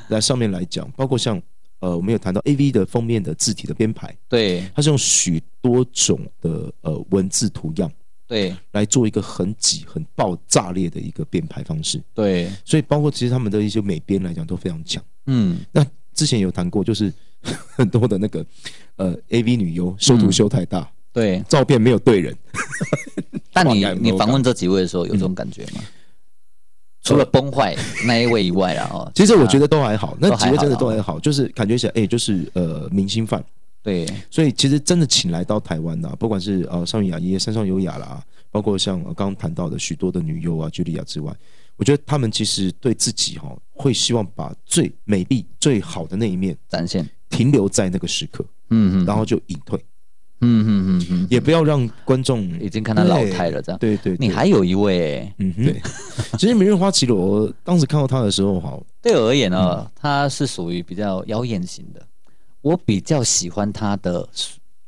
Speaker 4: 在上面来讲，包括像呃，我们有谈到 A V 的封面的字体的编排，
Speaker 3: 对
Speaker 4: 它是用许多种的呃文字图样
Speaker 3: 对
Speaker 4: 来做一个很挤、很爆炸裂的一个编排方式，
Speaker 3: 对，
Speaker 4: 所以包括其实他们的一些美编啊来讲都非常强。
Speaker 3: 嗯，
Speaker 4: 那之前有谈过，就是很多的那个呃 A V 女优修图修太大，
Speaker 3: 对。
Speaker 4: 照片没有对人，
Speaker 3: 但你
Speaker 4: 哇
Speaker 3: 你访问这几位的时候，有这种感觉吗？除了崩坏那一位以外啊，哦，
Speaker 4: 其实我觉得都还好，那
Speaker 3: 都还
Speaker 4: 几
Speaker 3: 好
Speaker 4: 位真的都还好，就是感觉起来，哎、就是呃明星范。
Speaker 3: 对
Speaker 4: 所以其实真的请来到台湾呐、不管是呃上野雅一、山上优雅啦，包括像呃刚刚谈到的许多的女优啊、茱莉亚之外，我觉得他们其实对自己哈、会希望把最美丽、最好的那一面
Speaker 3: 展现，
Speaker 4: 停留在那个时刻，
Speaker 3: 嗯嗯
Speaker 4: 然后就隐退，
Speaker 3: 嗯嗯嗯嗯，
Speaker 4: 也不要让观众
Speaker 3: 已经看他老态了，这样。
Speaker 4: 对对对，
Speaker 3: 嗯你还有一位欸，
Speaker 4: 嗯哼，对。 其实《明日花绮罗》当时看到她的时候，哈，
Speaker 3: 对我而言哦，
Speaker 4: 嗯
Speaker 3: 他是属于比较妖艳型的，我比较喜欢他的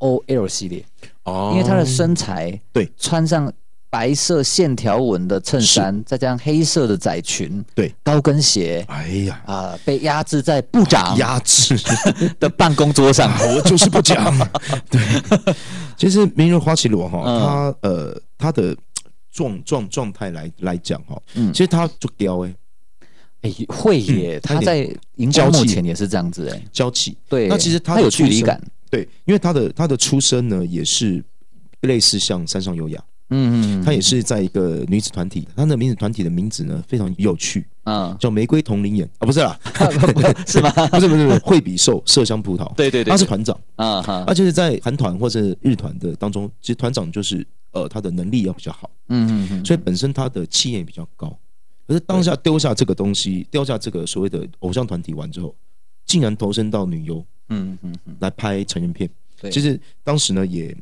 Speaker 3: OL 系列，
Speaker 4: 哦
Speaker 3: 因为他的身材，
Speaker 4: 对，
Speaker 3: 穿上白色线条纹的衬衫，再加上黑色的窄裙，
Speaker 4: 对，
Speaker 3: 高跟鞋
Speaker 4: 哎呀，
Speaker 3: 啊、被压制在部长
Speaker 4: 压制，
Speaker 3: 的办公桌 上。
Speaker 4: 我就是不讲。对，其实《明日花绮罗》哈，
Speaker 3: 嗯
Speaker 4: 她呃，她的状状状态来来讲哈，
Speaker 3: 嗯
Speaker 4: 其实她就雕哎，
Speaker 3: 哎、会耶，
Speaker 4: 嗯他有
Speaker 3: 他在荧
Speaker 4: 娇
Speaker 3: 光
Speaker 4: 气
Speaker 3: 幕前也是这样子哎、
Speaker 4: 娇气。
Speaker 3: 对，
Speaker 4: 那其实他
Speaker 3: 他有
Speaker 4: 的出
Speaker 3: 距离
Speaker 4: 身
Speaker 3: 感，
Speaker 4: 对，因为她的她的出身呢，也是类似像山上优雅，
Speaker 3: 嗯嗯，
Speaker 4: 她也是在一个女子团体，她的女子团体的名字呢非常有趣，
Speaker 3: 嗯，
Speaker 4: 叫玫瑰同龄眼啊，不是啦，
Speaker 3: 是 吗？
Speaker 4: 不是不 是不是，惠比寿麝香葡萄，
Speaker 3: 对对对，
Speaker 4: 他是团长。
Speaker 3: 啊哈，
Speaker 4: 他就是在韩团或者日团的当中，其实团长就是呃他的能力要比较好，
Speaker 3: 嗯嗯嗯，
Speaker 4: 所以本身他的气焰也比较高。可是当下丢下这个东西，丢下这个所谓的偶像团体完之后，竟然投身到女优
Speaker 3: 嗯嗯嗯，
Speaker 4: 来拍成人片，
Speaker 3: 对
Speaker 4: 其实当时呢也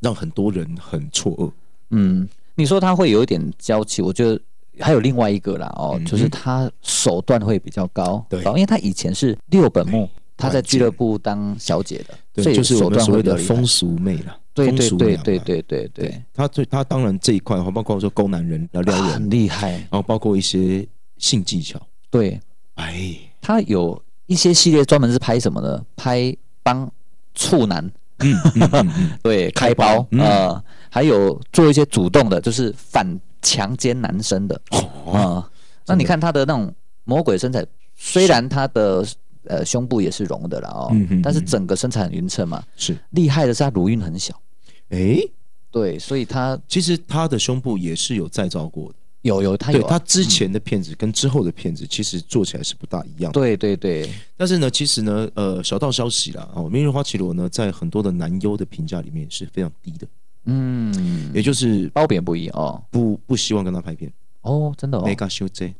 Speaker 4: 让很多人很错愕。
Speaker 3: 嗯，你说他会有一点娇气，我觉得还有另外一个啦哦，
Speaker 4: 嗯
Speaker 3: 就是他手段会比较高，
Speaker 4: 对
Speaker 3: 然后因为他以前是六本木，他在
Speaker 4: 环境
Speaker 3: 俱乐部当小姐的，所
Speaker 4: 对，
Speaker 3: 以
Speaker 4: 就是我
Speaker 3: 手
Speaker 4: 们
Speaker 3: 段
Speaker 4: 所
Speaker 3: 会
Speaker 4: 谓
Speaker 3: 比较
Speaker 4: 的
Speaker 3: 厉害
Speaker 4: 风。俗妹了，
Speaker 3: 对
Speaker 4: 风
Speaker 3: 对
Speaker 4: 俗
Speaker 3: 对
Speaker 4: 娘啊
Speaker 3: 对对对对
Speaker 4: 对，，他对他当然这一块，包括说勾男人、聊撩
Speaker 3: 啊
Speaker 4: 人，
Speaker 3: 很厉害。
Speaker 4: 然后包括一些性技巧，
Speaker 3: 对
Speaker 4: 哎，
Speaker 3: 他有一些系列专门是拍什么呢？拍帮处男， 对，开包
Speaker 4: 嗯
Speaker 3: 呃，还有做一些主动的，就是反强奸男生的
Speaker 4: 哦
Speaker 3: 啊、那你看他的那种魔鬼身材，虽然他的呃胸部也是隆的了哦，
Speaker 4: 嗯嗯嗯
Speaker 3: 但是整个身材很匀称嘛。
Speaker 4: 是
Speaker 3: 厉害的是他乳晕很小，
Speaker 4: 哎，
Speaker 3: 对，所以他
Speaker 4: 其实他的胸部也是有再造过的，
Speaker 3: 有有他
Speaker 4: 对
Speaker 3: 有啊
Speaker 4: 他之前的片子跟之后的片子，其实做起来是不大一样的。
Speaker 3: 对对对，
Speaker 4: 但是呢，其实呢，呃，小道消息啦，哦，《明日花绮罗》呢，在很多的男优的评价里面是非常低的，
Speaker 3: 嗯，
Speaker 4: 也就是
Speaker 3: 褒贬不一哦
Speaker 4: 不不希望跟他拍片。
Speaker 3: 哦，真的哦
Speaker 4: 没敢修这，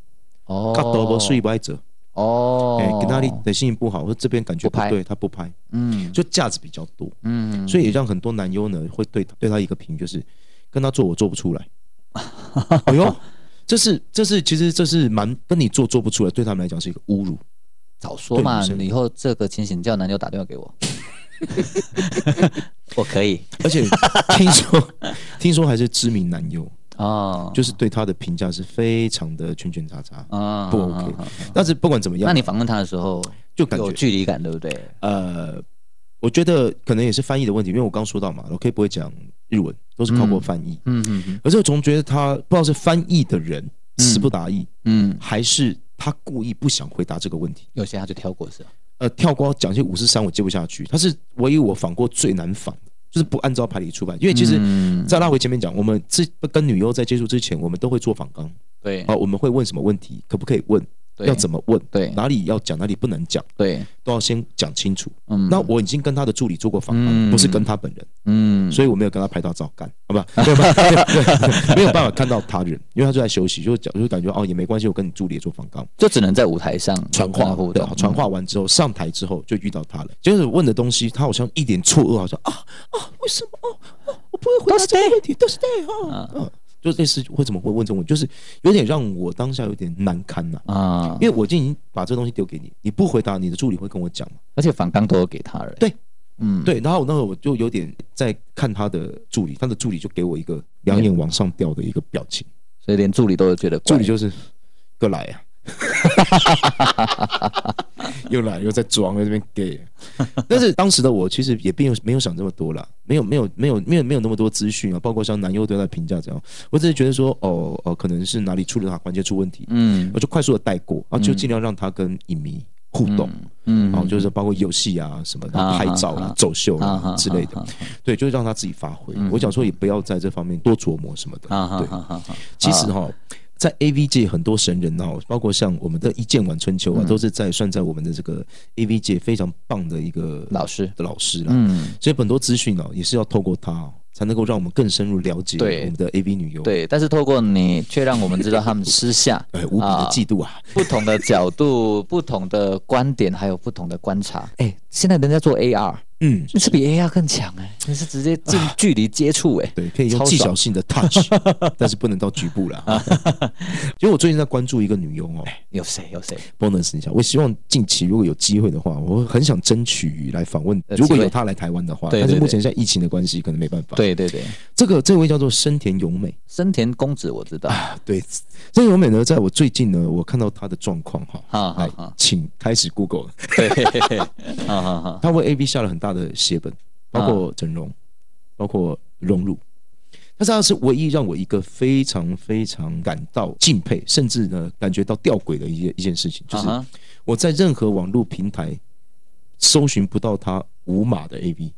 Speaker 3: 哦，
Speaker 4: 卡多不睡不爱折，
Speaker 3: 哦，
Speaker 4: 哎，给他里的心情不好，或者这边感觉
Speaker 3: 不拍
Speaker 4: 不对，他不拍，
Speaker 3: 嗯
Speaker 4: 就架子比较多，
Speaker 3: 嗯，
Speaker 4: 所以也让很多男优呢会对他对他一个评就是，跟他做我做不 出来。哎呦，这是这是其实这是蛮跟你做做不出来，对他们来讲是一个侮辱。
Speaker 3: 早说嘛，
Speaker 4: 对女生
Speaker 3: 以后这个情形叫男友打电话给 我，我可以
Speaker 4: 而且听说 听说还是知名男优，
Speaker 3: 哦，
Speaker 4: 就是对他的评价是非常的圈圈叉叉。
Speaker 3: 啊
Speaker 4: 不 OK 但是不管怎么
Speaker 3: 那
Speaker 4: 样，
Speaker 3: 你访问他的时候
Speaker 4: 就感
Speaker 3: 有
Speaker 4: 觉
Speaker 3: 距离感，对不对？
Speaker 4: 呃，我觉得可能也是翻译的问题，因为我刚说到嘛，我可以不会讲日文，都是靠过翻译。
Speaker 3: 嗯嗯嗯
Speaker 4: 可是我总觉得他不知道是翻译的人词不达意，
Speaker 3: 嗯，
Speaker 4: 还是他故意不想回答这个问题。
Speaker 3: 有些他就跳过是吧？
Speaker 4: 呃，跳光讲些五十三我接不下去，他是唯一我仿过最难仿的，就是不按照牌理出牌。因为其实
Speaker 3: 嗯
Speaker 4: 再拉回前面讲，我们自跟女优在接触之前，我们都会做访纲
Speaker 3: 对
Speaker 4: 啊，我们会问什么问题，可不可以问，
Speaker 3: 对
Speaker 4: 要怎么问，
Speaker 3: 对
Speaker 4: 哪里要讲，哪里不能讲，
Speaker 3: 对，
Speaker 4: 都要先讲清楚。
Speaker 3: 嗯
Speaker 4: 那我已经跟他的助理做过访
Speaker 3: 嗯
Speaker 4: 谈，不是跟他本人，
Speaker 3: 嗯
Speaker 4: 所以我没有跟他拍到照干，好吧？没有办法，对没有办法看到他人，因为他就在休息，就讲就感觉哦也没关系，我跟你助理也做访谈，
Speaker 3: 就只能在舞台上
Speaker 4: 传
Speaker 3: 跟他
Speaker 4: 话
Speaker 3: 互
Speaker 4: 对
Speaker 3: 动，
Speaker 4: 传话完之后上台之后就遇到他了，就是问的东西，他好像一脸错愕，好像啊啊为什么哦哦我不会回答这个问题，都是对
Speaker 3: 啊
Speaker 4: 哦，嗯就类似为什么会问这种问题，就是有点让我当下有点难堪呐、
Speaker 3: 啊，
Speaker 4: 因为我已经把这东西丢给你，你不回答，你的助理会跟我讲嘛？
Speaker 3: 而且反刚都有给他了，
Speaker 4: 对
Speaker 3: 嗯，
Speaker 4: 对，然后我那时候我就有点在看他的助理，他的助理就给我一个两眼往上吊的一个表情，
Speaker 3: 所以连助理都有觉得怪
Speaker 4: 助理就是过来呀、啊， 又来又在装，在这边给。但是当时的我其实也并没有想这么多啦，没有没有没有没有没有那么多资讯啊，包括像男优对他的评价怎样，我只是觉得说哦哦，可能是哪里出了哪环节出问题，
Speaker 3: 嗯
Speaker 4: 我就快速的带过，啊然后就尽量让他跟影迷互动。
Speaker 3: 嗯，
Speaker 4: 然后哦就是包括游戏啊什么的，
Speaker 3: 啊
Speaker 4: 拍照啦、
Speaker 3: 啊
Speaker 4: 走秀
Speaker 3: 啊
Speaker 4: 啦
Speaker 3: 啊
Speaker 4: 之类的
Speaker 3: 啊，
Speaker 4: 对，就让他自己发挥。我想说也不要在这方面多琢磨什么的。
Speaker 3: 啊哈
Speaker 4: 对，
Speaker 3: 哈哈哈，
Speaker 4: 其实哦哈，在 A V 界很多神人哦，包括像我们的一剑晚春
Speaker 3: 嗯
Speaker 4: 秋啊，都是在算在我们的这个 A V 界非常棒的一个
Speaker 3: 老师，
Speaker 4: 的老师啦。
Speaker 3: 嗯，
Speaker 4: 所以很多资讯哦，也是要透过他哦，才能够让我们更深入了解
Speaker 3: 对
Speaker 4: 我们的 A V 女优。，
Speaker 3: 对，但是透过你却让我们知道他们私 下
Speaker 4: 哎，无比的
Speaker 3: 啊
Speaker 4: 嫉妒啊！
Speaker 3: 不同的角度、不同的观点，还有不同的观察。哎，现在人家做 AR，
Speaker 4: 嗯，
Speaker 3: 你是比 AR 更强哎，你是直接近
Speaker 4: 啊
Speaker 3: 距离接触哎，
Speaker 4: 对，可以用
Speaker 3: 超爽
Speaker 4: 技巧性的 touch，但是不能到局部啦。 其实我最近在关注一个女优哦，
Speaker 3: 有谁有谁？
Speaker 4: bonus 一下，我希望近期如果有机会的话，我很想争取来访问。
Speaker 3: 呃
Speaker 4: 如果
Speaker 3: 机会
Speaker 4: 有他来台湾的话，
Speaker 3: 对对
Speaker 4: 但是目
Speaker 3: 对
Speaker 4: 前现在疫情的关系，可能没办法。，
Speaker 3: 对对对，
Speaker 4: 这个这位叫做生田勇美
Speaker 3: 生田公子我知道，
Speaker 4: 啊，对，生田勇美呢，在我最近呢，我看到她的状况哈，
Speaker 3: 好好
Speaker 4: 来
Speaker 3: 好，
Speaker 4: 请开始 Google，
Speaker 3: 对，好好好，
Speaker 4: 她为 A B 下了很大的血本，包括
Speaker 3: 啊
Speaker 4: 整容，包括融入。但是她是唯一让我一个非常非常感到敬佩，甚至呢感觉到吊诡的一件一件事情，就是
Speaker 3: 啊哈
Speaker 4: 我在任何网络平台搜寻不到他无码的 AV。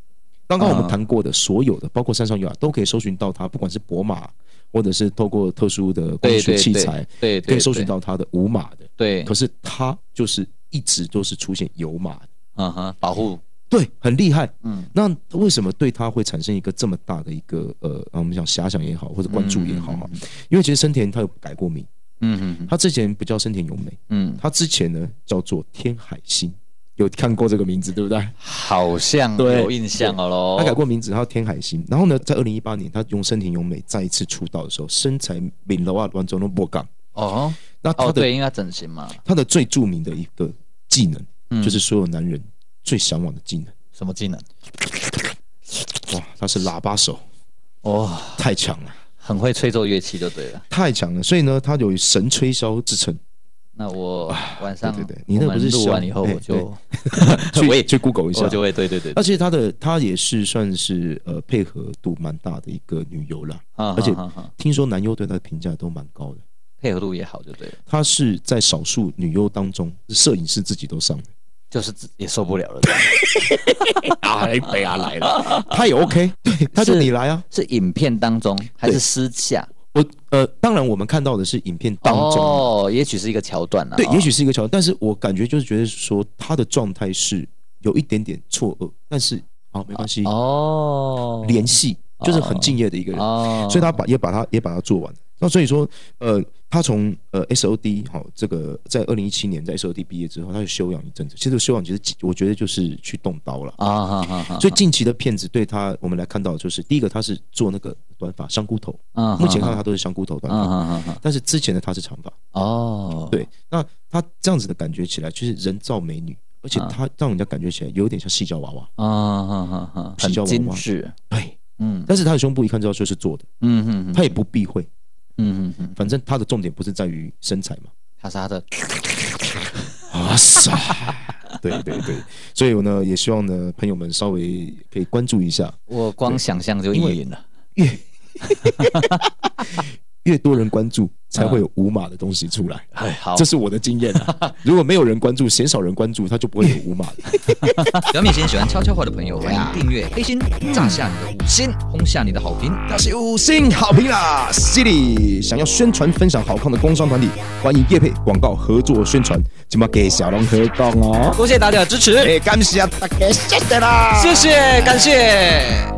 Speaker 4: 刚刚我
Speaker 3: 啊
Speaker 4: 们谈过的所有的，包括山上优雅，都可以搜寻到他，不管是博码，或者是透过特殊的光
Speaker 3: 对
Speaker 4: 学
Speaker 3: 对
Speaker 4: 器
Speaker 3: 对
Speaker 4: 材，
Speaker 3: 对，对
Speaker 4: 可以搜寻，
Speaker 3: 对
Speaker 4: 到他的无码的。
Speaker 3: 对，
Speaker 4: 可是他就是一直都是出现有码的，
Speaker 3: 啊哈，保护，
Speaker 4: 对，很厉害。
Speaker 3: 嗯，
Speaker 4: 那为什么对他会产生一个这么大的一个呃，啊我们讲遐想也好，或者关注也好哈？因为其实生田他有改过名，
Speaker 3: 嗯嗯
Speaker 4: 他之前不叫生田由美，
Speaker 3: 嗯，
Speaker 4: 他之前呢叫做天海星，有看过这个名字对不对？
Speaker 3: 好像
Speaker 4: 对
Speaker 3: 有印象了喽，
Speaker 4: 他改过名字，他叫天海星。然后呢，在二零一八年，他用深田由美再一次出道的时候，身材美楼啊，完全都不杠。
Speaker 3: 哦
Speaker 4: 那他
Speaker 3: 哦，
Speaker 4: 的、
Speaker 3: 对，应该整形嘛，
Speaker 4: 他的最著名的一个技能，
Speaker 3: 嗯
Speaker 4: 就是所有男人最向往的技能。
Speaker 3: 什么技能？
Speaker 4: 哇，他是喇叭手，
Speaker 3: 哦，
Speaker 4: 太强 了，
Speaker 3: 很会吹奏乐器就对了。
Speaker 4: 太强了。所以呢，他有神吹箫 之称。
Speaker 3: 那我晚上
Speaker 4: 对对对你那不是
Speaker 3: 我们录完
Speaker 4: 小
Speaker 3: 以后
Speaker 4: 哎
Speaker 3: 我就
Speaker 4: 去
Speaker 3: 我也
Speaker 4: 去 Google 一下
Speaker 3: 我，就会对对对，
Speaker 4: 而且她的她也是算是呃配合度蛮大的一个女优啦。
Speaker 3: 啊
Speaker 4: 而且
Speaker 3: 哈哈哈
Speaker 4: 听说男优对她的评价都蛮高的。
Speaker 3: 配合度也好就对了。
Speaker 4: 她是在少数女优当中，摄影师自己都上的。
Speaker 3: 就是自也受不了 了，
Speaker 4: 啊，北啊来了，他也 OK，对，他就是你来啊。
Speaker 3: 是影片当中还是
Speaker 4: 对
Speaker 3: 私下？
Speaker 4: 我呃，当然我们看到的是影片当中，
Speaker 3: 哦，也许是一个桥段啊。
Speaker 4: 对，
Speaker 3: 哦
Speaker 4: 也许是一个桥段，但是我感觉就是觉得说他的状态是有一点点错愕，但是好没关系，
Speaker 3: 哦，
Speaker 4: 联系就是很敬业的一个人，
Speaker 3: 哦，
Speaker 4: 所以他把也把他也把他做完了。那所以说，呃，他从呃 S O D 好、这个在二零一七年在 S O D 毕业之后，他就休养一阵子。其实休养其实我觉得就是去动刀了。
Speaker 3: 啊哈哈哈，
Speaker 4: 所以近期的片子对他，我们来看到的就是第一个，他是做那个短发香菇头，
Speaker 3: 嗯
Speaker 4: 目前看到
Speaker 3: 哈
Speaker 4: 他都是香菇头短
Speaker 3: 嗯
Speaker 4: 发，
Speaker 3: 哈哈哈，
Speaker 4: 但是之前的他是长发。
Speaker 3: 哦，，
Speaker 4: 对，那他这样子的感觉起来，就是人造美女，而且他让人家感觉起来有点像细胶娃娃。
Speaker 3: 啊哈哈哈，很
Speaker 4: 比较
Speaker 3: 精
Speaker 4: 往外
Speaker 3: 致，
Speaker 4: 对，
Speaker 3: 嗯
Speaker 4: 但是他的胸部一看知道就是做的，
Speaker 3: 嗯嗯
Speaker 4: 他也不避讳，
Speaker 3: 嗯嗯嗯，
Speaker 4: 反正他的重点不是在于身材嘛。
Speaker 3: 他是他的，
Speaker 4: 哇塞！ 对对对，所以我呢也希望呢朋友们稍微可以关注一下，
Speaker 3: 我光想象就意
Speaker 4: 因为
Speaker 3: 淫了，
Speaker 4: 越多人关注才会有无码的东西出来。
Speaker 3: 哎，好
Speaker 4: 这，是我的经验 啊！如果没有人关注，鲜少人关注，他就不会有无 码的。
Speaker 1: 表面先喜欢悄悄话的朋友，欢迎订阅黑心，炸下你的五星，轰下你的好评。
Speaker 4: 那是五星好评啦！City 想要宣传分享好看的工商团体，欢迎业配广告合作宣传，今麦给小龙合动哦。
Speaker 1: 多谢大家的支持，
Speaker 4: 哎，感谢大家，谢谢啦！
Speaker 1: 谢谢，感谢。